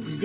Vous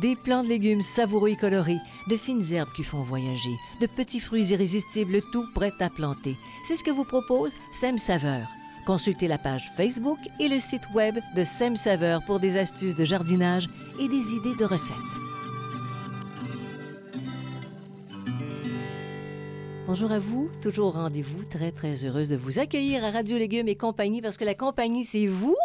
Des plants de légumes savoureux et colorés, de fines herbes qui font voyager, de petits fruits irrésistibles tout prêts à planter. C'est ce que vous propose Sem Saveur. Consultez la page Facebook et le site web de Sem Saveur pour des astuces de jardinage et des idées de recettes. Bonjour à vous, toujours au rendez-vous, très très heureuse de vous accueillir à Radio Légumes et compagnie parce que la compagnie c'est vous,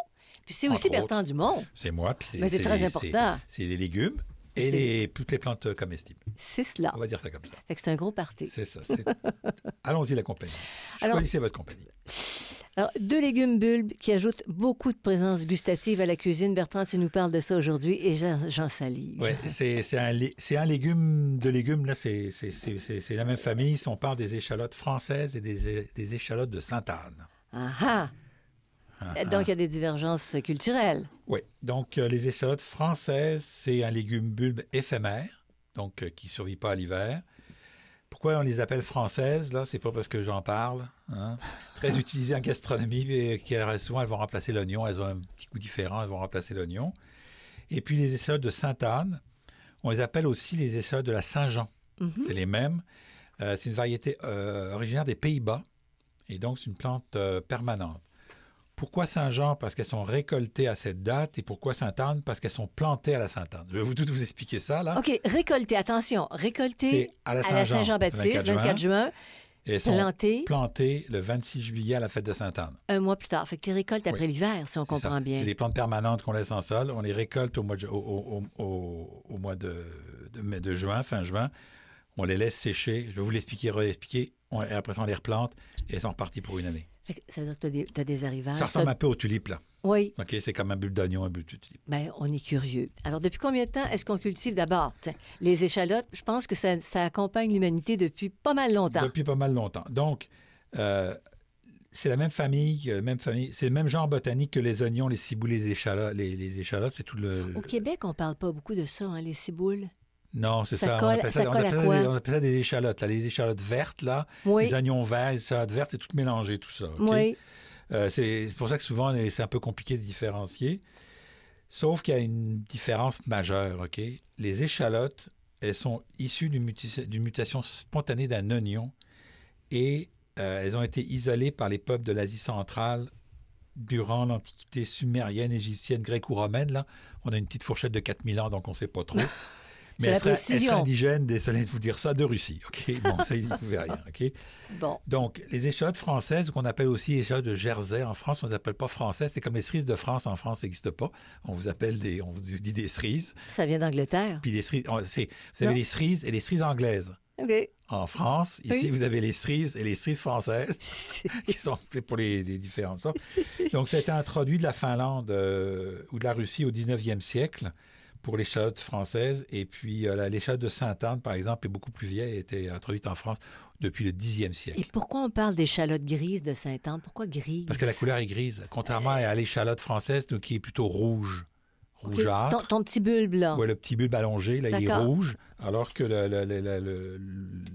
puis c'est aussi Entre Bertrand Dumont. C'est moi, puis c'est Mais c'est c'est très les- important. c'est- C'est les légumes et C'est- les- toutes les plantes comestibles. C'est cela. On va dire ça comme ça. Fait que c'est un gros parti. C'est ça. c'est- Allons-y la compagnie. Alors- Choisissez votre compagnie. Alors, deux légumes bulbes qui ajoutent beaucoup de présence gustative à la cuisine. Bertrand, tu nous parles de ça aujourd'hui et j'en j'en salive. Ouais, c'est c'est un, lé- c'est un légume de légumes, là, c'est c'est- c'est- c'est- c'est la même famille. Si on parle des échalotes françaises et des, des échalotes de Sainte-Anne. Ah ah! Ah, Donc, il y a des divergences culturelles. Oui, donc euh, les échalotes françaises, c'est un légume bulbe éphémère, donc euh, qui ne survit pas à l'hiver. Pourquoi on les appelle françaises, là? C'est pas parce que j'en parle. hein. Très utilisées en gastronomie, mais qui euh, souvent elles vont remplacer l'oignon. Elles ont un petit goût différent, elles vont remplacer l'oignon. Et puis les échalotes de Sainte-Anne, on les appelle aussi les échalotes de la Saint-Jean. Mhm. C'est les mêmes. Euh, c'est une variété euh, originaire des Pays-Bas et donc c'est une plante euh, permanente. Pourquoi Saint-Jean Parce qu'elles sont récoltées à cette date et pourquoi Sainte-Anne Parce qu'elles sont plantées à la Sainte-Anne. Je vais vous tout vous expliquer ça là. OK, récolter, attention, récolter Et à la à la Saint-Jean, Saint-Jean-Baptiste, 24 24 juin, Et elles sont planter plantées le 26 juillet à la fête de Sainte-Anne. un mois plus tard. Fait que tu récoltes après l'hiver, si on C'est ça. comprend bien. C'est des plantes permanentes qu'on laisse en sol. On les récolte au mois de, ju- au, au- au- au- au mois de, de mai- de juin, fin juin. On les laisse sécher. Je vais vous l'expliquer, re-expliquer. On- et après ça, on les replante et elles sont reparties pour une année. Fait que ça veut dire que tu as, des- t'as des arrivages. Ça ressemble t'as- un peu aux tulipes, là. Oui, OK, c'est comme un bulbe d'oignon, un bulbe de tulipe. ben, on est curieux. Alors, depuis combien de temps est-ce qu'on cultive d'abord tiens, les échalotes? Je pense que ça, ça accompagne l'humanité depuis pas mal longtemps. Depuis pas mal longtemps. Donc, euh, c'est la même famille, euh, même famille, c'est le même genre botanique que les oignons, les ciboules, les échalotes, les, les échalotes, c'est tout le... Au Québec, on parle pas beaucoup de ça, hein, les ciboules. Non, c'est ça ça. colle- on, appelle ça ça, on colle à appelle ça quoi? des, on appelle ça des échalotes, là, les échalotes vertes, là, Oui, les oignons verts, les échalotes vertes, c'est tout mélangé, tout ça. OK? oui. Euh, c'est c'est pour ça que souvent, les- c'est un peu compliqué de différencier. Sauf qu'il y a une différence majeure, OK? Les échalotes, elles sont issues d'une muti- d'une mutation spontanée d'un oignon et euh, elles ont été isolées par les peuples de l'Asie centrale durant l'Antiquité sumérienne, égyptienne, grecque ou romaine. Là, on a une petite fourchette de 4000 ans, donc on ne sait pas trop. Mais la elles seraient, elles précision. seraient indigènes, désolé de vous dire ça, de Russie, OK? Bon, ça, ils ne pouvaient rien, OK? Bon, Donc, les échalotes françaises, qu'on appelle aussi échalotes de Jersey en France, on ne les appelle pas françaises. C'est comme les cerises de France en France, ça n'existe pas. On vous appelle des, on vous dit des cerises. ça vient d'Angleterre. Puis des cerises, on- c'est, vous avez Non. les cerises et les cerises anglaises. OK. En France, ici, Oui. vous avez les cerises et les cerises françaises, qui sont c'est pour les, les différentes sortes. Donc, ça a été introduit de la Finlande euh, ou de la Russie au 19e siècle pour les l'échalote françaises. Et puis, euh, la- l'échalote de Sainte-Anne, par exemple, est beaucoup plus vieille, a été introduite en France depuis le 10e siècle. Et pourquoi on parle d'échalote grise de Saint-Anne? Pourquoi grise? Parce que la couleur est grise, contrairement à l'échalote française, donc, qui est plutôt rouge, OK, rougeâtre. Ton, ton petit bulbe, là. Ouais, le petit bulbe allongé, là, il est D'accord. rouge, alors que le, le- le- le- le-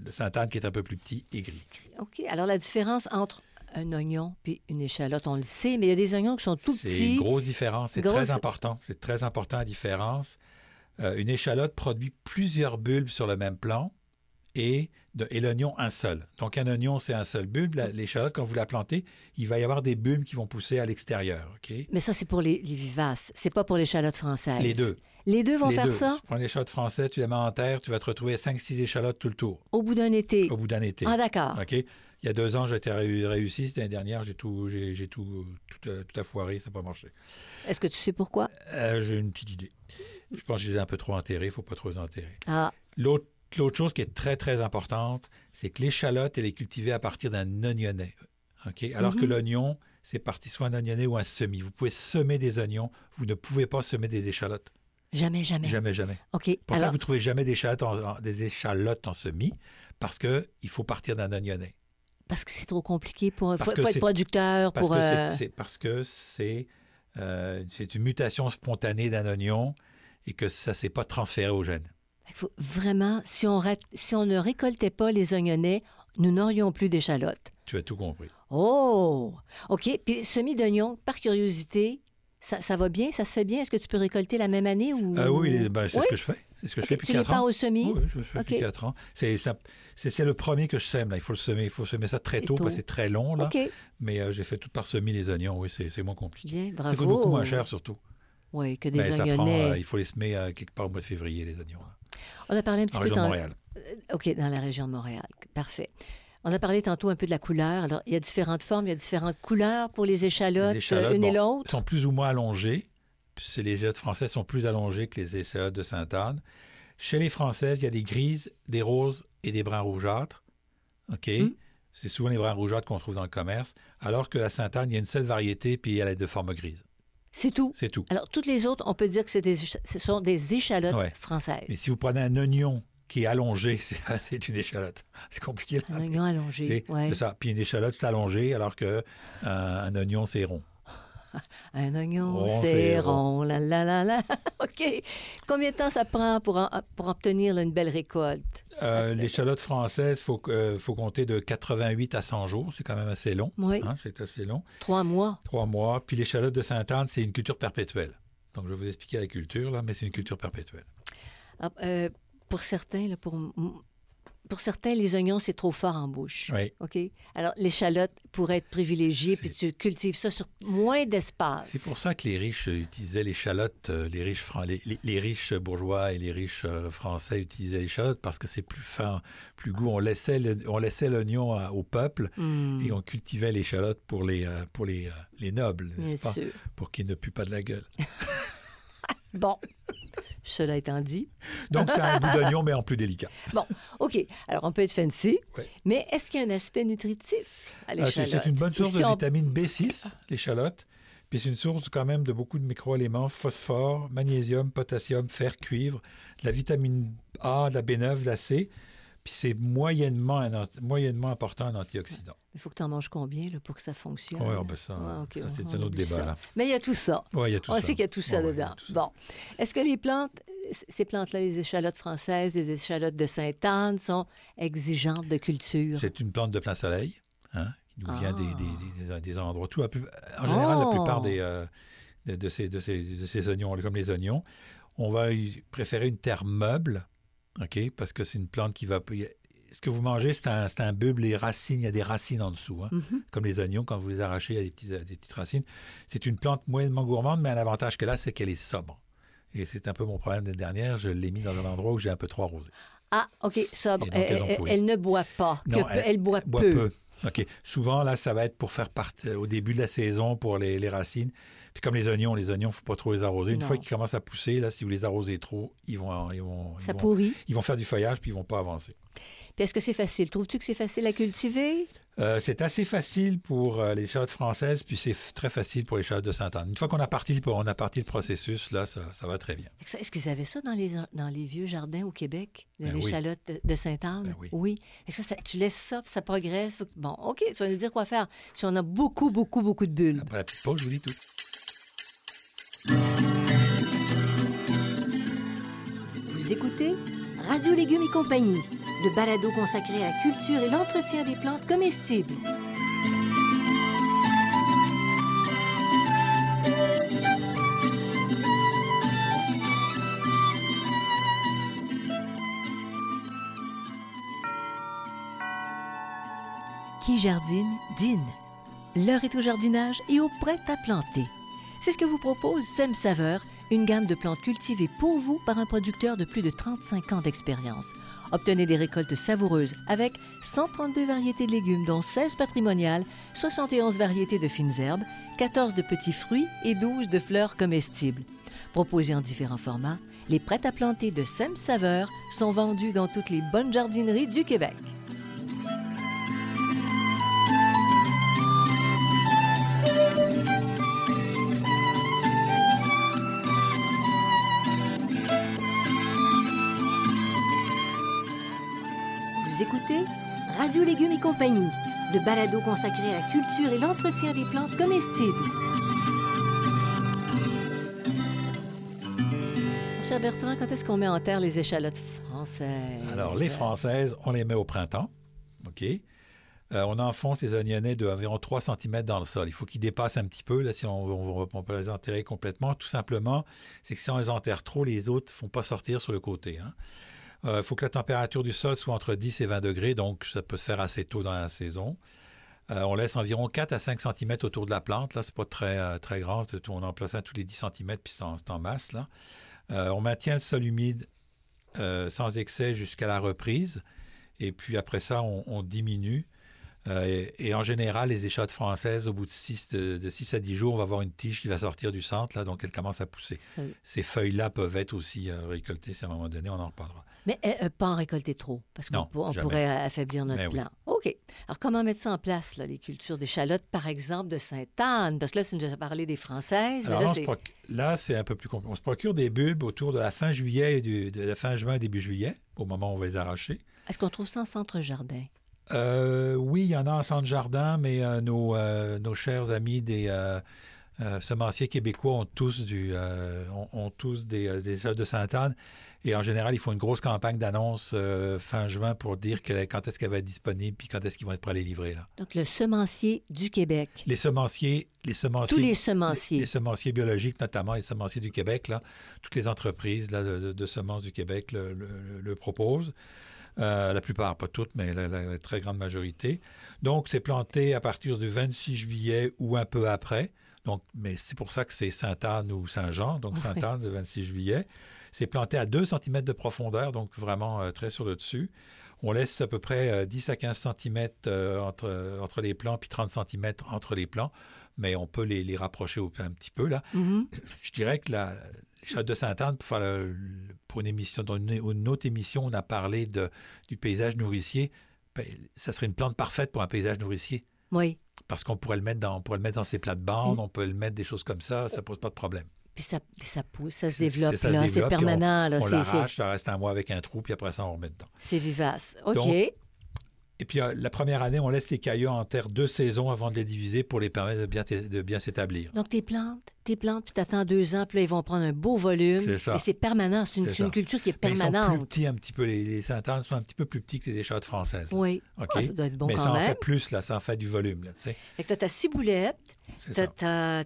le Sainte-Anne, qui est un peu plus petit, est gris. OK. Alors, la différence entre un oignon puis une échalote, on le sait, mais il y a des oignons qui sont tout C'est une petits. grosse différence, c'est Grosse- très important. C'est très important la différence. Euh, une échalote produit plusieurs bulbes sur le même plan et, de- et l'oignon un seul. Donc un oignon, c'est un seul bulbe. La- L'échalote, quand vous la plantez, il va y avoir des bulbes qui vont pousser à l'extérieur. OK? Mais ça, c'est pour les, les vivaces. C'est pas pour l'échalote française. Les deux. Les deux vont Les faire deux. ça Tu prends l'échalote française, tu la mets en terre, tu vas te retrouver 5-6 échalotes tout le tour, au bout d'un été. au bout d'un été. Ah, d'accord. OK? Il y a deux ans, j'étais ré- réussi. L'année dernière, j'ai tout, j'ai, j'ai tout, tout, a- tout a foiré, ça n'a pas marché. Est-ce que tu sais pourquoi? Euh, j'ai une petite idée. Je pense que j'ai un peu trop enterré, il ne faut pas trop les enterrer. Ah, L'autre, l'autre chose qui est très, très importante, c'est que l'échalote, elle est cultivée à partir d'un oignonnet. OK? Alors Mhm. que l'oignon, c'est parti soit un oignonnet ou un semis. Vous pouvez semer des oignons, vous ne pouvez pas semer des échalotes. jamais, jamais. Jamais, jamais. OK. Pour ça, Alors, vous ne trouvez jamais des échalotes en, en- des échalotes en semis, parce qu'il faut partir d'un oignonnet. parce que c'est trop compliqué pour. Parce faut, que faut être c'est- producteur Parce pour. que c'est- euh, c'est parce que c'est euh, c'est une mutation spontanée d'un oignon et que ça s'est pas transféré au gène. Fait qu'il faut vraiment, si on, ra- si on ne récoltait pas les oignonnets, nous n'aurions plus d'échalotes. Tu as tout compris. Oh! OK. Puis, semis d'oignons, par curiosité, ça, ça va bien? Ça se fait bien? Est-ce que tu peux récolter la même année ou. Ah oui, ben, c'est Mmh. Oui? ce que je fais. C'est ce que je OK, fais depuis tu les 4 pars ans. au semis? Oui, je le fais depuis OK. 4 ans. C'est ça- c'est- c'est le premier que je sème. Là. Il faut le semer. Il faut semer ça très Et tôt tôt. parce que c'est très long. Là. OK. Mais euh, j'ai fait tout par semis les oignons. Oui, c'est c'est moins compliqué. Bien, bravo. Ça coûte beaucoup moins cher surtout. Oui, que des Mais ça prend, oignonnets. euh, il faut les semer euh, quelque part au mois de février, les oignons. là, On a parlé un petit en peu région de tant- Montréal. OK, dans la région de Montréal. Parfait. On a parlé tantôt un peu de la couleur. Alors, il y a différentes formes, il y a différentes couleurs pour les échalotes, Les échalotes, euh, une et bon, l'autre. sont plus ou moins allongés. Puis c'est- Les échalotes françaises sont plus allongées que les échalotes de Sainte-Anne. Chez les Françaises, il y a des grises, des roses et des bruns rougeâtres. OK? Mm. C'est souvent les bruns rougeâtres qu'on trouve dans le commerce. Alors que la Sainte-Anne, il y a une seule variété, puis elle est de forme grise. C'est tout. C'est tout. Alors, toutes les autres, on peut dire que c'est des écha- ce sont des échalotes Ouais. françaises. Mais si vous prenez un oignon qui est allongé, c'est c'est une échalote. C'est compliqué. là, Un mais- oignon allongé. OK? Ouais. C'est ça. Puis une échalote, c'est allongé, alors que euh, un oignon, c'est rond. Un oignon, Rond, c'est c'est rond. La, la, la, la. OK. Combien de temps ça prend pour, en- pour obtenir là, une belle récolte? Euh, L'échalote française, il faut, que- euh, faut compter de 88 à 100 jours. C'est quand même assez long. Oui, Hein, c'est assez long. trois mois. Trois mois. Puis l'échalote de Sainte-Anne, c'est une culture perpétuelle. Donc, je vais vous expliquer la culture, là, mais c'est une culture perpétuelle. Ah, euh, pour certains, là, pour, m- pour certains, les oignons, c'est trop fort en bouche. Oui. OK. Alors, l'échalote pourrait être privilégiée, C'est- puis tu cultives ça sur moins d'espace. C'est pour ça que les riches euh, utilisaient l'échalote, euh, les riches, fran- les, les- les riches bourgeois et les riches euh, français utilisaient l'échalote parce que c'est plus fin, plus goût. On laissait le- on laissait l'oignon à- au peuple Hmm, et on cultivait l'échalote pour les, euh, pour les, euh, les nobles, bien n'est-ce pas? sûr. Pour qu'ils ne puent pas de la gueule. Bon, cela étant dit. Donc, c'est un goût d'oignon, mais en plus délicat. OK. Alors, on peut être fancy, Ouais. mais est-ce qu'il y a un aspect nutritif à Ah, C'est l'échalote? c'est une bonne Ou source si de on- vitamine B6, l'échalote. Puis c'est une source quand même de beaucoup de microéléments, phosphore, magnésium, potassium, fer, cuivre, de la vitamine A, de la B9, de la C. Puis c'est moyennement, un anti- moyennement important en antioxydant. Il faut que tu en manges combien là, pour que ça fonctionne? Oui, ça, Ouais, ok, ça, on- c'est on un autre oublie débat. ça. là. Mais il y a tout ça. Ouais, il y a ben, tout on ça. sait qu'il y a tout ça Ouais, ouais, il y a dedans. tout ça. Bon. Est-ce que les plantes, c- ces plantes-là, les échalotes françaises, les échalotes de Sainte-Anne, sont exigeantes de culture? C'est une plante de plein soleil, hein, qui nous vient des, Ah. des- des- des- des endroits. Tout, la plus- en général, Oh. la plupart des, euh, de, de ces, de ces- de ces oignons, comme les oignons, on va y préférer une terre meuble, ok, parce que c'est une plante qui va... Ce que vous mangez, c'est un, c'est un bulbe, les racines, il y a des racines en dessous. hein. Mhm. Comme les oignons, quand vous les arrachez, il y a des, petits- des petites racines. C'est une plante moyennement gourmande, mais un avantage qu'elle a, c'est qu'elle est sobre. Et c'est un peu mon problème de dernière. Je l'ai mis dans un endroit où j'ai un peu trop arrosé. Ah, OK, sobre. Et donc, elles Elle, ont elle- pourri. elle ne boit pas. Non, Que- elle, boit, boit peu. peu. OK. Souvent, là, ça va être pour faire partie euh, au début de la saison pour les, les racines. Puis comme les oignons, les oignons, faut pas trop les arroser. Une Non. fois qu'ils commencent à pousser, là, si vous les arrosez trop, ils vont, en- ils vont, ils Ça vont- pourrit. ils vont faire du feuillage puis ils vont pas avancer. Puis est-ce que c'est facile? Trouves-tu que c'est facile à cultiver? Euh, c'est assez facile pour euh, les chalotes françaises, puis c'est f- très facile pour les chalotes de Sainte-Anne. Une fois qu'on a parti, le- on a parti le processus, là, ça, ça va très bien. Fait que ça- Est-ce qu'ils avaient ça dans les, dans les vieux jardins au Québec, dans Ben les oui. chalottes de, de Sainte-Anne? Ben oui. Fait que ça, ça- tu laisses ça, puis ça progresse. Faut que- Bon, OK, tu vas nous dire quoi faire si on a beaucoup, beaucoup, beaucoup de bulles. Après la petite pause, je vous dis tout. Vous écoutez Radio Légumes et Compagnie, le balado consacré à la culture et l'entretien des plantes comestibles. Qui jardine, dîne. L'heure est au jardinage et au prêt à planter. C'est ce que vous propose Sem Saveur, une gamme de plantes cultivées pour vous par un producteur de plus de 35 ans d'expérience. Obtenez des récoltes savoureuses avec 132 variétés de légumes, dont 16 patrimoniales, 71 variétés de fines herbes, 14 de petits fruits et 12 de fleurs comestibles. Proposées en différents formats, les prêts à planter de Sem Saveur sont vendus dans toutes les bonnes jardineries du Québec. Vous écoutez Radio Légumes et compagnie, le balado consacré à la culture et l'entretien des plantes comestibles. Cher Bertrand, quand est-ce qu'on met en terre les échalotes françaises? Alors, les françaises, on les met au printemps. OK? Euh, on enfonce les oignonnets de environ 3 cm dans le sol. Il faut qu'ils dépassent un petit peu, là, si on ne peut pas les enterrer complètement. Tout simplement, c'est que si on les enterre trop, les autres ne font pas sortir sur le côté. Il faut que la température du sol soit entre 10 et 20 degrés, donc ça peut se faire assez tôt dans la saison. Euh, on laisse environ 4 à 5 cm autour de la plante. Là, c'est pas très, euh, très grand. Tout- On en place un tous les 10 cm, puis c'est en, c'est en masse. Là. Euh, on maintient le sol humide euh, sans excès jusqu'à la reprise. Et puis après ça, on, on diminue. Euh, et, et en général, les échalotes françaises, au bout de 6, de, 6 à 10 jours, on va avoir une tige qui va sortir du centre, là, donc elle commence à pousser. Ça- Ces feuilles-là peuvent être aussi euh, récoltées si à un moment donné, on en reparlera. Mais euh, euh, pas en récolter trop, parce qu'on Non, pour- on jamais. pourrait euh, affaiblir notre Mais oui. plan. OK. Alors, comment mettre ça en place, là, les cultures d'échalotes, par exemple, de Sainte-Anne? Parce que là, tu nous as parlé des Françaises. Alors mais là, là, on se c'est- proc- là, c'est un peu plus compliqué. On se procure des bulbes autour de la fin juillet, et du- de la fin juin, début juillet, au moment où on va les arracher. Est-ce qu'on trouve ça en centre-jardin? Euh, oui, il y en a en centre jardin, mais euh, nos, euh, nos chers amis des euh, euh, semenciers québécois ont tous, du, euh, ont, ont tous des, euh, des échalotes de Sainte-Anne. Et en général, ils font une grosse campagne d'annonces euh, fin juin pour dire qu'elle- quand est-ce qu'elle va être disponible puis quand est-ce qu'ils vont être prêts à les livrer. Là. Donc, le semencier du Québec. Les semenciers, les semenciers, Tous les les- semenciers. Ah, les semenciers biologiques, notamment les semenciers du Québec, là, toutes les entreprises là, de, de- de semences du Québec le, le- le proposent. Euh, la plupart, pas toutes, mais la, la- la très grande majorité. Donc, c'est planté à partir du 26 juillet ou un peu après. Donc, mais c'est pour ça que c'est Sainte-Anne ou Saint-Jean, donc Ouais. Sainte-Anne le 26 juillet. C'est planté à 2 cm de profondeur, donc vraiment euh, très sur le dessus. On laisse à peu près euh, 10 à 15 cm entre, euh, entre les plants, puis 30 cm entre les plants, mais on peut les, les rapprocher au- un petit peu là Mhm. je dirais que la l'échalote de Sainte-Anne, pour, faire le- le- pour une émission, dans une, une autre émission, on a parlé de, du paysage nourricier. Ben, ça serait une plante parfaite pour un paysage nourricier. Oui. Parce qu'on pourrait le mettre dans, on pourrait le mettre dans ses plates-bandes, Mm. on peut le mettre des choses comme ça, ça pose pas de problème. Puis ça, puis ça pousse, ça se C'est- développe, c'est- ça se là. C'est développe, puis permanent, là. on c'est- c'est- l'arrache, ça reste un mois avec un trou, puis après ça, on remet dedans. C'est vivace. OK. Donc, Et puis euh, la première année, on laisse les cailloux en terre deux saisons avant de les diviser pour les permettre de bien, t- de bien s'établir. Donc, tes plantes, tes plantes, puis t'attends deux ans, puis là, ils vont prendre un beau volume. C'est ça. Et c'est permanent. C'est une, C'est c'est une ça. culture qui est Mais ils sont plus permanente. petits un petit peu, les, les Sainte-Anne sont un petit peu plus petits que les échalotes françaises. là. Oui. OK? Ah, ça doit être bon Mais quand ça en même. fait plus, là, ça en fait du volume, là, tu sais. Fait que t'as ta ciboulette, C'est t'as ça.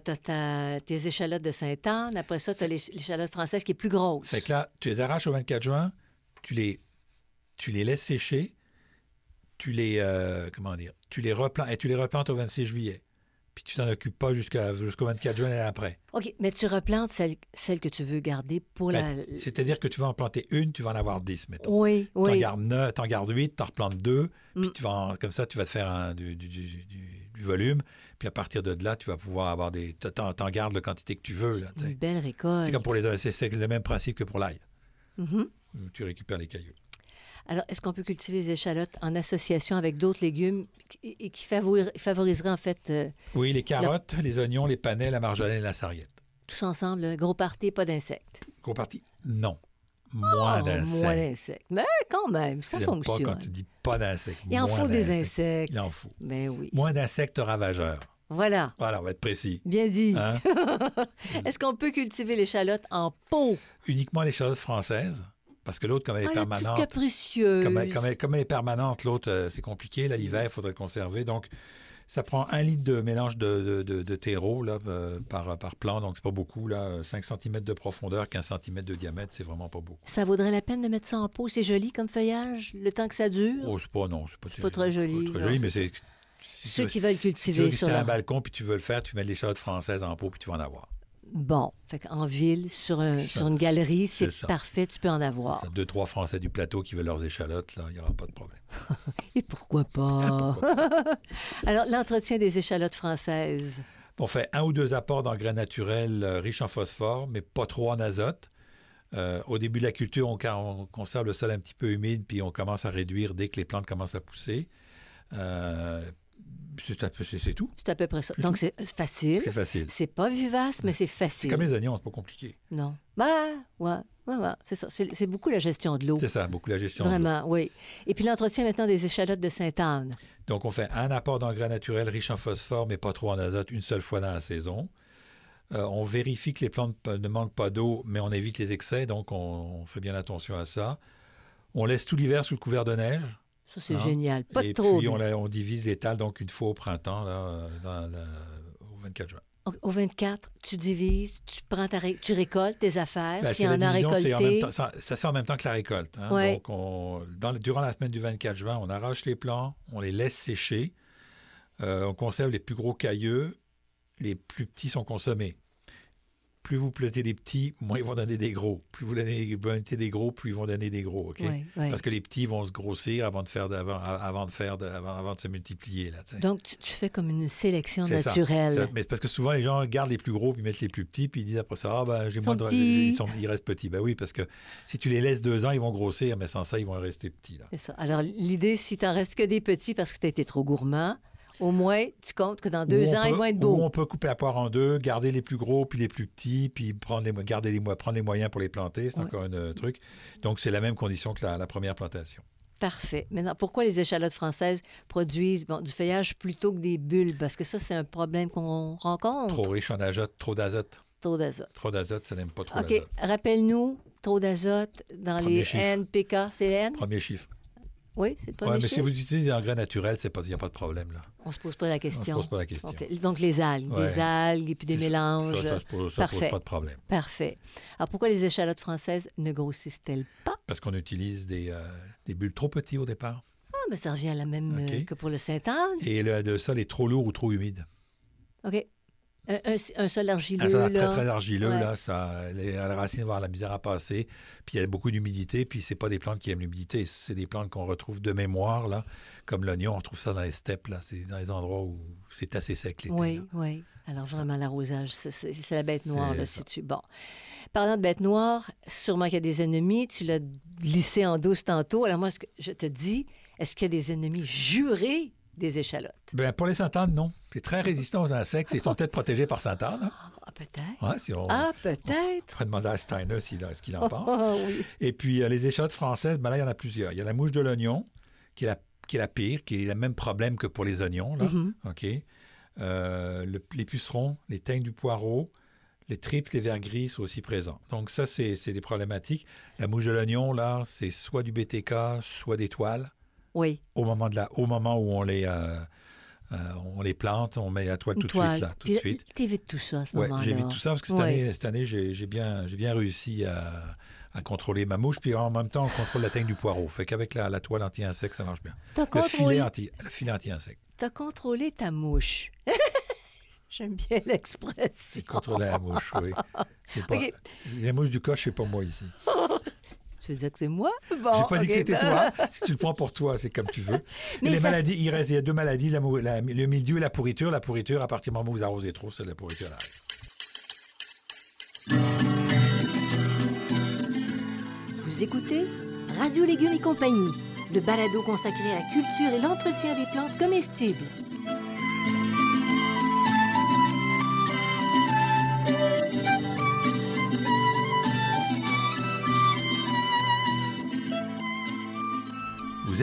ta- t'as ta- tes échalotes de Sainte-Anne, après ça, t'as l'éch- l'échalote française qui est plus grosse. Fait que là, tu les arraches au 24 juin, tu les, tu les laisses sécher, tu les, euh, comment dire, tu les replantes, et tu les replantes au 26 juillet. Puis tu t'en occupes pas jusqu'à- jusqu'au 24 juin l'année après. OK, mais tu replantes celle, celle que tu veux garder pour la... Ben, C'est-à-dire que tu vas en planter une, tu vas en avoir 10, mettons. Oui, T'en oui. gardes 9, t'en gardes 8, t'en replantes 2, Mm. puis tu vas en- comme ça, tu vas te faire un- du, du- du- du- du volume, puis à partir de là, tu vas pouvoir avoir des... T'en t'en gardes la quantité que tu veux, là, tu sais. Une belle récolte. C'est comme pour les c'est- c'est le même principe que pour l'ail. Mhm. Tu récupères les cailloux. Alors, est-ce qu'on peut cultiver les échalotes en association avec d'autres légumes qui- et qui favori- favoriseraient en fait euh, Oui, les carottes, les oignons, les panais, la marjolaine et la sarriette. tous ensemble un gros party, pas d'insectes? Gros parti Non. Moins Oh, Moins d'insectes. d'insectes. Mais quand même, ça J'aime pas quand fonctionne. tu dis pas d'insectes. Il en moins faut des d'insectes. insectes. Il en faut. Ben oui. Moins d'insectes ravageurs. Voilà. Voilà, on va être précis. Bien dit. hein. Est-ce qu'on peut cultiver l'échalote en pot? Uniquement les charlottes françaises, parce que l'autre, comme elle est Ah, la toute permanente, capricieuse. comme elle, comme elle- comme elle est permanente, l'autre, euh, c'est compliqué. Là, l'hiver, il faudrait le conserver. Donc, ça prend un litre de mélange de, de, de- de terreau là, euh, par, par plan. Donc, c'est pas beaucoup. Là. 5 cm de profondeur, 15 cm de diamètre, c'est vraiment pas beaucoup. Ça vaudrait la peine de mettre ça en pot. C'est joli comme feuillage, le temps que ça dure. Oh, c'est pas, non, c'est pas, C'est pas très joli, pas très non. joli, mais c'est. Si Ceux tu, qui veulent si tu veux cultiver si sur t'as un leur... balcon puis tu veux le faire, tu mets les charlottes françaises en pot puis tu vas en avoir. Bon, fait en ville, sur, un- C'est sur ça. une galerie, C'est c'est ça. parfait, tu peux en avoir. Ça, deux, trois Français du plateau qui veulent leurs échalotes, là, il n'y aura pas de problème. Et pourquoi pas? Alors, l'entretien des échalotes françaises. On fait un ou deux apports d'engrais naturels euh, riches en phosphore, mais pas trop en azote. Euh, au début de la culture, on, car- on conserve le sol un petit peu humide, puis on commence à réduire dès que les plantes commencent à pousser. Euh, c'est un peu- c'est- c'est tout. C'est à peu près ça. Donc, c'est facile. C'est facile. C'est pas vivace, mais c'est C'est facile. comme les oignons, c'est pas compliqué. Non. Bah, ouais, ouais, ouais. C'est ça. C'est c'est beaucoup la gestion de l'eau. C'est ça, beaucoup la gestion. de l'eau. Vraiment, oui. Et puis l'entretien maintenant des échalotes de Sainte-Anne. Donc, on fait un apport d'engrais naturel riche en phosphore, mais pas trop en azote, une seule fois dans la saison. Euh, on vérifie que les plantes pe- ne manquent pas d'eau, mais on évite les excès, donc on, on fait bien attention à ça. On laisse tout l'hiver sous le couvert de neige. Ça, c'est Non. génial. Pas Ah. et de trop. puis, on, la- on divise l'étal, donc, une fois au printemps, là, euh, dans la- au 24 juin. Au 24, tu divises, tu prends ta ré- tu récoltes tes affaires. Ben, S'il y la en a division, c'est en même récolté, temps- ça, ça se fait en même temps que la récolte. hein. Ouais. Donc, on- dans le- durant la semaine du 24 juin, on arrache les plants, on les laisse sécher, euh, on conserve les plus gros cailleux, les plus petits sont consommés. Plus vous plantez des petits, moins ils vont donner des gros. Plus vous donnez- plantez des gros, plus ils vont donner des gros. ok? Ouais, ouais. Parce que les petits vont se grossir avant de faire, de- avant, avant de faire, de- avant, avant de se multiplier là. tu sais. donc tu, tu fais comme une sélection C'est ça. naturelle. Ça- mais c'est parce que souvent, les gens gardent les plus gros puis mettent les plus petits, puis ils disent après ça, ah ben, j'ai Ils moins sont de... petits. Ils, sont- ils restent petits. Ben oui, parce que si tu les laisses deux ans, ils vont grossir, mais sans ça, ils vont rester petits. Là. C'est ça. Alors l'idée, si t'en restes que des petits parce que t'as été trop gourmand, au moins tu comptes que dans deux Ou on ans peut- ils vont être Ou beaux. on peut couper la poire en deux, garder les plus gros puis les plus petits, puis prendre les, mo- garder les, mo- prendre les moyens pour les planter. C'est Ouais. encore un euh, truc. Donc, c'est la même condition que la, la première plantation. Parfait. Maintenant, pourquoi les échalotes françaises produisent bon, du feuillage plutôt que des bulbes Parce que ça, c'est un problème qu'on rencontre. Trop riche en azote, trop d'azote. Taux d'azote. Trop d'azote, ça n'aime pas trop OK. l'azote. Rappelle-nous, taux d'azote dans Premier les chiffre. NPK. C'est N? Premier chiffre. Oui, c'est le Ouais, premier mais si chiffre. vous utilisez des engrais naturels, c'est pas- il n'y a pas de problème. Là. On se pose pas la On se question. pose pas la question. OK. Donc, les algues, Ouais. des algues et puis des Ça- mélanges. Ça, ça se pose- ça Parfait. pose pas de problème. Parfait. Alors, pourquoi les échalotes françaises ne grossissent-elles pas? Parce qu'on utilise des, euh, des bulles trop petites au départ. Ah, mais ça revient à la même OK. euh, que pour le Saint-Anne. Et le, le sol est trop lourd ou trop humide. OK. Un, un- un sol argileux, Un sol là. très, très argileux, Ouais. là, ça, les, la racine va avoir la misère à passer. Puis il y a beaucoup d'humidité, puis c'est pas des plantes qui aiment l'humidité. C'est des plantes qu'on retrouve de mémoire, là, comme l'oignon, on trouve ça dans les steppes, là. C'est dans les endroits où c'est assez sec l'été. Oui, là. oui. Alors vraiment, l'arrosage, c'est- c'est c'est la bête noire, C'est là, ça. si tu... Bon. Parlant de bête noire, sûrement qu'il y a des ennemis. Tu l'as glissé en douce tantôt. Alors moi, ce que je te dis, est-ce qu'il y a des ennemis jurés des échalotes? Ben, pour les santanes, non. C'est très résistant aux insectes. Ils sont peut-être protégés par santanes. hein. Ah, peut-être. Ouais, si on Ah, peut-être. on va demander à Steiner s'il a- ce qu'il en pense. Ah, oui. Et puis, euh, les échalotes françaises, ben là, il y en a plusieurs. Il y a la mouche de l'oignon, qui est la, qui est la pire, qui est le même problème que pour les oignons. Là. Mhm. OK. Euh, le- les pucerons, les teignes du poireau, les tripes, les vers gris sont aussi présents. Donc, ça, c'est c'est des problématiques. La mouche de l'oignon, là, c'est soit du BTK, soit des toiles. Oui. Au moment, de la, au moment où on les, euh, euh, on les plante, on met la toile une tout de toile. suite. Là, tout Puis de là, suite. T'évites tout ça à ce Ouais, moment-là. j'évite tout ça parce que cette Ouais. année, cette année j'ai j'ai bien, j'ai bien réussi à, à contrôler ma mouche. Puis en même temps, on contrôle la teigne du poireau. Fait qu'avec la, la toile anti-insecte, ça marche bien. T'as Le filet contrôlé, anti- le filet anti-insecte. t'as contrôlé ta mouche. J'aime bien l'expression. Anti contrôler la mouche, oui. C'est Pas, Ok. La mouche du coche, c'est pas moi ici. Tu veux dire que c'est moi? Bon, j'ai pas dit ok, que c'était bah, ben- toi. Si tu le prends pour toi, c'est comme tu veux. euh, Et Mais les ça- maladies, il reste il y a deux maladies, la mou- la- le mildiou et la pourriture. La pourriture, à partir du moment où vous arrosez trop, c'est de la pourriture. elle arrive. Vous écoutez Radio Légumes et Compagnie, le balado consacré à la culture et l'entretien des plantes comestibles. Vous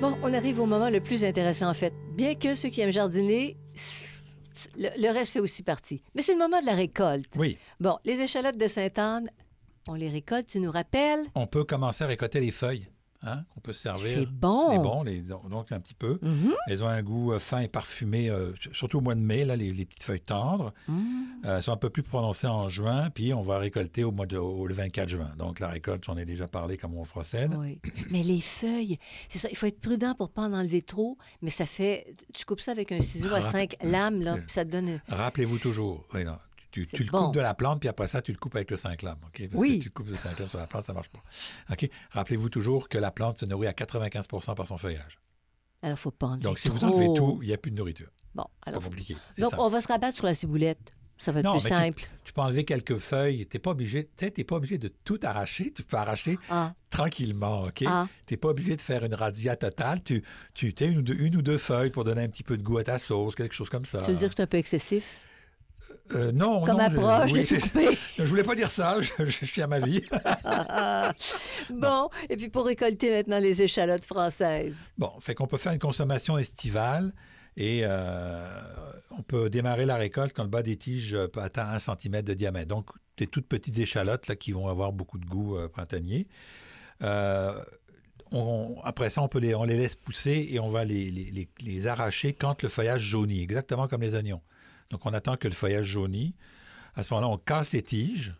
Bon, on arrive au moment le plus intéressant en fait. Bien que ceux qui aiment jardiner, le, le reste fait aussi partie. Mais c'est le moment de la récolte. Oui, Bon, les échalotes de Sainte-Anne, on les récolte, tu nous rappelles? on peut commencer à récolter les feuilles, hein, qu'on peut se servir. C'est bon. Les bons, les- donc un petit peu. Mhm. Elles ont un goût euh, fin et parfumé, euh, surtout au mois de mai, là, les, les petites feuilles tendres. Mm. Euh, elles sont un peu plus prononcées en juin, puis on va récolter au mois de, au, le 24 juin. Donc la récolte, j'en ai déjà parlé, comment on procède. Oui. Mais les feuilles, c'est ça, il faut être prudent pour pas en enlever trop, mais ça fait. Tu coupes ça avec un ciseau à Rap- cinq lames, là, C'est- puis ça te donne. un- Rappelez-vous toujours. oui, non, tu, tu- C'est tu le bon. coupes de la plante, puis après ça, tu le coupes avec le 5 lames. OK? Parce Oui. que si tu le coupes le 5 lames sur la plante, ça ne marche pas. OK? Rappelez-vous toujours que la plante se nourrit à 95 par son feuillage. Alors, euh, faut pas enlever Donc, si vous trop. enlevez tout, il n'y a plus de nourriture. Bon, C'est alors. pas compliqué. C'est Donc, simple. on va se rabattre sur la ciboulette. Ça va être Non, plus mais tu- simple. Tu peux enlever quelques feuilles. Tu n'es pas, obligé- tu sais, t'es pas obligé de tout arracher. Tu peux arracher Ah, tranquillement. OK? ah, Tu n'es pas obligé de faire une radia totale. Tu, tu t'as une, ou deux- une ou deux feuilles pour donner un petit peu de goût à ta sauce, quelque chose comme ça. tu veux dire que c'est un peu excessif? Euh, non, Comme non, ah. je- approche, oui, de c'est- couper. je voulais pas dire ça. Je, je suis à ma vie. Ah, ah. bon, et puis pour récolter maintenant les échalotes françaises. Bon, fait qu'on peut faire une consommation estivale et euh, on peut démarrer la récolte quand le bas des tiges euh, peut atteindre 1 cm de diamètre. Donc, des toutes petites échalotes là, qui vont avoir beaucoup de goût euh, printanier. Euh, on- on- après ça, on, peut les, on les laisse pousser et on va les, les- les- les arracher quand le feuillage jaunit, exactement comme les oignons. Donc, on attend que le feuillage jaunit. À ce moment-là, on casse les tiges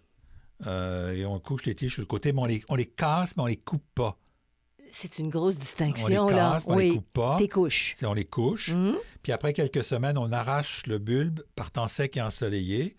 euh, et on couche les tiges sur le côté, mais on les, on les casse, mais on les coupe pas. C'est une grosse On les distinction, là. casse, mais on les oui, coupe pas. tes couches. C'est on les couche, Hum, puis après quelques semaines, on arrache le bulbe par temps sec et ensoleillé.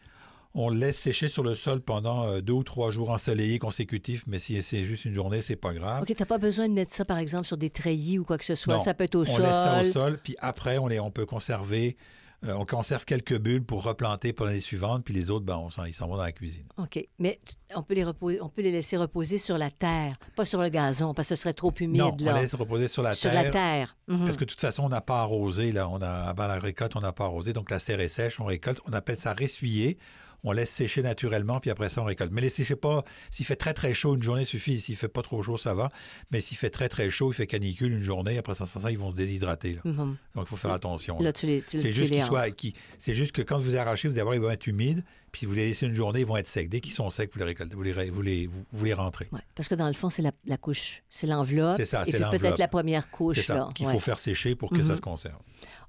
On le laisse sécher sur le sol pendant euh, deux ou trois jours ensoleillés consécutifs, mais si c'est juste une journée, c'est pas grave. OK, t'as pas besoin de mettre ça, par exemple, sur des treillis ou quoi que ce soit. Ah. Non, ça peut être au on sol. laisse ça au sol, puis après, on, les, on peut conserver. euh, on conserve quelques bulbes pour replanter pour l'année suivante, puis les autres, ben, on s'en- ils s'en vont dans la cuisine. OK. Mais t- on peut, les reposer, on peut les laisser reposer sur la terre, pas sur le gazon, parce que ce serait trop humide, non, là. on laisse reposer sur la sur terre. la terre. Mhm. Parce que de toute façon, on n'a pas arrosé. Là. On a, avant la récolte, on n'a pas arrosé. Donc la serre est sèche, on récolte. On appelle ça ressuyer. On laisse sécher naturellement, puis après ça, on récolte. Mais les séchez pas. S'il fait très, très chaud, une journée suffit. S'il fait pas trop chaud, ça va. Mais s'il fait très, très chaud, il fait canicule une journée. Après ça, sans ça, ils vont se déshydrater. là. Mhm. Donc il faut faire attention. là. Là, tu les tu, tu C'est juste, les qu'ils enlèves. soient- qu'ils- c'est juste que quand vous les arrachez, vous allez voir, ils vont être humides. Puis vous les laissez une journée, ils vont être secs. Dès qu'ils sont secs, vous les récoltez, vous les, ré- vous les, vous- vous les rentrez. Ouais, Parce que dans le fond, c'est la, la couche, c'est l'enveloppe. C'est ça, et c'est puis peut-être l'enveloppe. la première couche. C'est ça là. qu'il Ouais. faut faire sécher pour que Mhm. ça se conserve.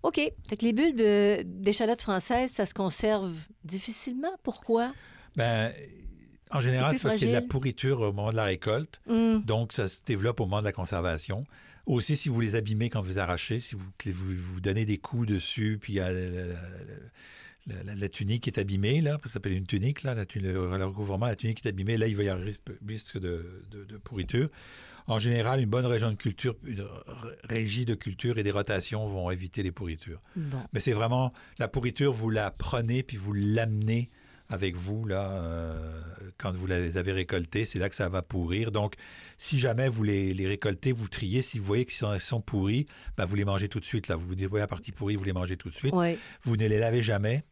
OK. Fait que les bulbes euh, d'échalotes françaises, ça se conserve difficilement. Pourquoi? Ben, en général, plus c'est parce qu'il y a de la fragile. pourriture au moment de la récolte, Hum, donc ça se développe au moment de la conservation. Aussi, si vous les abîmez quand vous les arrachez, si vous que vous, vous donnez des coups dessus, puis il y a la, la- la- la- la tunique est abîmée, là, parce que ça s'appelle une tunique, là, la tu- le, le recouvrement, la tunique est abîmée, là, il va y avoir risque, risque de, de- de pourriture. En général, une bonne région de culture, une r- régie de culture et des rotations vont éviter les pourritures. Bon. Mais c'est vraiment la pourriture, vous la prenez puis vous l'amenez avec vous là euh, quand vous les avez récoltés, c'est là que ça va pourrir. Donc, si jamais vous les, les récoltez, vous triez. Si vous voyez qu'ils sont, ils sont pourris, ben, vous les mangez tout de suite. Là, vous nettoyez la partie pourrie, vous les mangez tout de suite. Ouais. Vous ne les lavez jamais.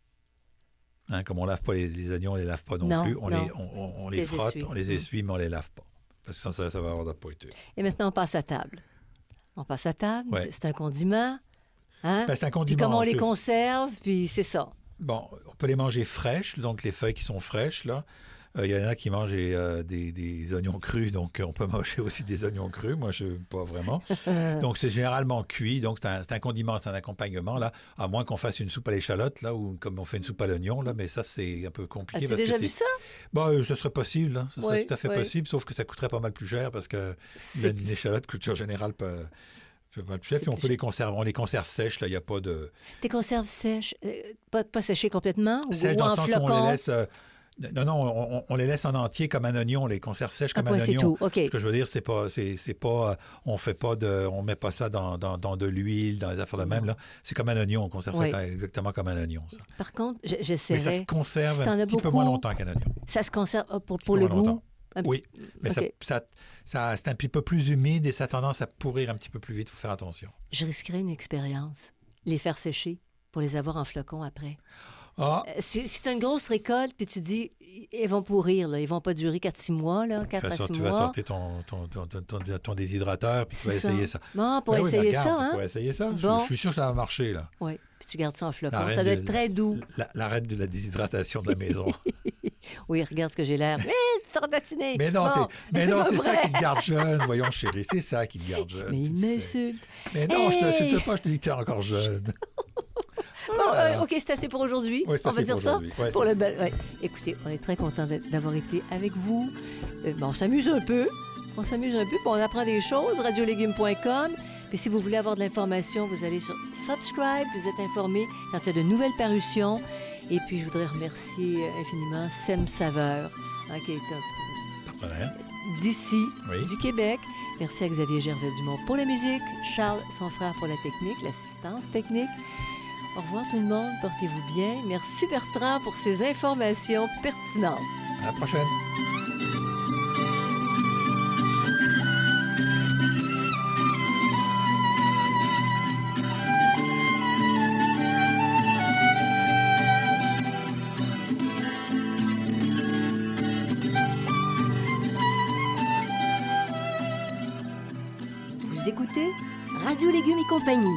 Hein, comme on lave pas les, les oignons, on les lave pas non, Non, plus. On non. les, on, on- on Les les frotte, essuie. on les Mm. Ah. essuie, mais on les lave pas parce que sans ça, ça va avoir de la pourriture. Et maintenant, on passe à table. On passe à table. Ouais. C'est un condiment. Hein? Ben, c'est un puis condiment. comment on en les plus. conserve, puis c'est ça. Bon, on peut les manger fraîches, donc les feuilles qui sont fraîches, là. Euh, Il y en a qui mangent euh, des, des oignons crus, donc euh, on peut manger aussi des oignons crus. Moi, je pas vraiment. Euh, Donc, c'est généralement cuit, donc c'est un, c'est un condiment, c'est un accompagnement, là. À moins qu'on fasse une soupe à l'échalote, là, ou comme on fait une soupe à l'oignon, là. Mais ça, c'est un peu compliqué. As-tu Ah, déjà que vu c'est- ça? Bah, euh, ce serait possible, hein. Ce serait Oui, tout à fait oui. possible, sauf que ça coûterait pas mal plus cher parce que C'est- l'échalote, échalote, culture générale, peut, peut pas mal plus cher. C'est Puis on plus peut cher. les conserver, on les conserve sèches, là. Il n'y a pas de. Tes conserves sèches, euh, pas, pas séchées complètement ou, Sèches ou dans le en sens où flocons? on les laisse. euh, non, non, on, on- on les laisse en entier comme un oignon, on les conserve sèches Un comme un Ah, point, c'est oignon. tout. OK. Ce que je veux dire, c'est pas, c'est, c'est pas, euh, on fait pas de, on met pas ça dans, dans, dans de l'huile, dans les affaires de même là. C'est comme un oignon, on conserve Oui. ça comme- exactement comme un oignon. ça. Par contre, j- Mais ça j'essaierai. se conserve Si t'en un as petit peu moins beaucoup, longtemps qu'un oignon. Ça se conserve ah, pour, petit pour peu le moins goût. longtemps. un petit- Oui, mais ça- OK. ça, ça, c'est un petit peu plus humide et ça a tendance à pourrir un petit peu plus vite. Faut faire attention. Je risquerai une expérience. Les faire sécher. pour les avoir en flocons après. Ah, Euh, C'est c'est une grosse récolte, puis tu dis, ils vont pourrir, là. ils vont pas durer 4-6 mois, là, tu 4 vas, à sor- 6 tu vas mois. sortir ton, ton, ton, ton- ton- ton déshydrateur, puis tu vas essayer ça. Bon, pour Ben oui, mais essayer regarde, ça, tu hein? pourrais essayer ça. Je- Bon. Je, suis sûr que ça va marcher, là. Oui, puis tu gardes ça en flocons. Arrête Ça doit de- être très doux. La- La reine de la déshydratation de la maison. Oui, regarde ce que j'ai l'air. Hé, tu t'es ratatiné. mais non, Bon, t'es- mais non, pas c'est ça vrai. qui te garde jeune. Voyons, chérie, c'est ça qui te garde jeune. Mais il Tu le sais. m'insulte. Mais non, je te Hey! insulte pas, je te dis que t'es encore jeune. Bon, Ah. euh, OK, c'est assez pour aujourd'hui. Ouais, c'est on assez va dire pour ça. aujourd'hui. Ouais, Pour c'est le bel- ouais. Écoutez, on est très content d'être- d'avoir été avec vous. Euh, ben, on s'amuse un peu. On s'amuse un peu, puis on apprend des choses. Radiolégumes.com. Puis si vous voulez avoir de l'information, vous allez sur subscribe. Vous êtes informé quand il y a de nouvelles parutions. Et puis, je voudrais remercier euh, infiniment Sem Saveur, hein, qui est un- Voilà. d'ici, Oui. du Québec. Merci à Xavier Gervais-Dumont pour la musique, Charles, son frère, pour la technique, l'assistance technique. Au revoir tout le monde, portez-vous bien. Merci Bertrand pour ces informations pertinentes. À la prochaine. Vous écoutez Radio Légumes et Compagnie,